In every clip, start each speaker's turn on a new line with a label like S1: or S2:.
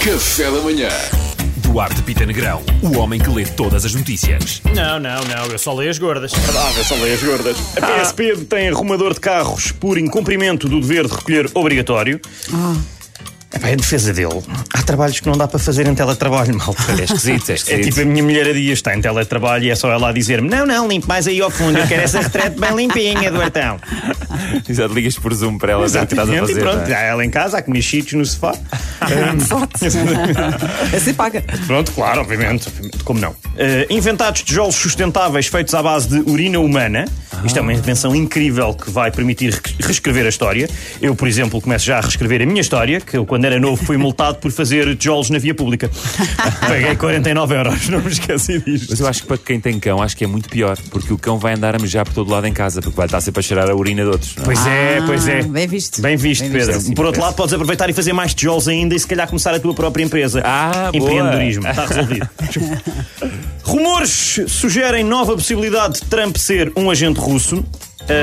S1: Café da manhã.
S2: Duarte Pita Negrão, o homem que lê todas as notícias.
S3: Não, não, não, eu só leio as gordas. Ah.
S4: Ah, eu só leio as gordas. A PSP detém arrumador de carros por incumprimento do dever de recolher obrigatório. Ah. Epá, em defesa dele, há trabalhos que não dá para fazer em teletrabalho, malta.
S2: É esquisito, é
S4: É
S2: esquisito.
S4: tipo a minha mulher a dia está em teletrabalho e é só ela a dizer-me: Não, não, limpe mais aí ao fundo, eu quero essa retrete bem limpinha, Duartão.
S2: Exato, ligas por Zoom para ela ver o que estás é a
S4: Exatamente,
S2: fazer.
S4: e pronto,
S2: não é?
S4: já ela em casa, há que comer cheetos no sofá.
S5: Assim paga.
S4: Pronto, claro, obviamente. obviamente, Como não? Eh, inventados tijolos sustentáveis feitos à base de urina humana. Isto é
S5: Ah.
S4: uma invenção incrível que vai permitir re- reescrever a história. Eu, por exemplo, começo já a reescrever a minha história, que eu, quando era novo, fui multado por fazer tijolos na via pública. Paguei 49 euros, não me esqueci disto.
S2: Mas eu acho que para quem tem cão, acho que é muito pior, porque o cão vai andar a mejar por todo lado em casa, porque vai estar sempre a cheirar a urina de outros. não é?
S4: Pois é, pois é.
S5: Ah, bem visto.
S4: Bem visto,
S5: Bem
S4: Pedro.
S2: visto.
S4: Por outro lado, podes aproveitar e fazer mais tijolos ainda e se calhar começar a tua própria empresa.
S2: Ah, boa.
S4: Empreendedorismo. Está resolvido. Rumores sugerem nova possibilidade de Trump ser um agente russo. Uh,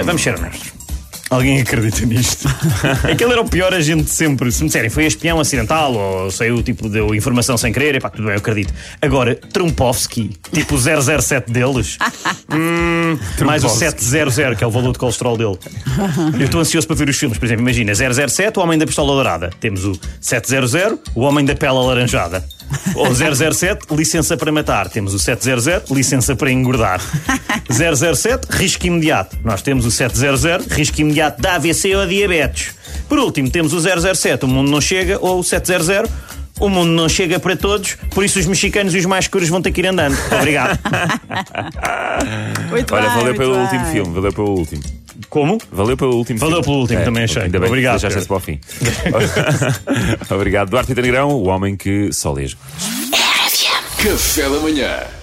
S4: vamos ser honestos. Alguém acredita nisto? Aquele era o pior agente de sempre. Se me disserem, foi espião acidental ou saiu, tipo, deu informação sem querer, epá, tudo bem, eu acredito. Agora, Trumpovski, tipo 007 deles, hum, mais o 700, que é o valor de colesterol dele. Eu estou ansioso para ver os filmes, por exemplo, imagina 007, o Homem da Pistola Dourada. Temos o 700, o Homem da Pela Laranjada. Ou 007, Licença para Matar. Temos o 700, Licença para Engordar. 007, Risco Imediato. Nós temos o 700, Risco Imediato da AVC ou Diabetes. Por último, temos o 007, O Mundo Não Chega, ou o 700, O Mundo Não Chega para Todos, por isso os mexicanos e os mais escuros vão ter que ir andando. Obrigado.
S5: Muito
S2: Olha,
S5: bem,
S2: valeu
S5: muito
S2: pelo
S5: bem.
S2: último filme, valeu pelo último.
S4: Como?
S2: Valeu pelo último filme.
S4: Valeu
S2: É,
S4: pelo último, também achei.
S2: Ainda bem
S4: Obrigado,
S2: que deixaste para o fim. Obrigado, Duarte Pita Negrão, o homem que só lê as
S1: Café da manhã.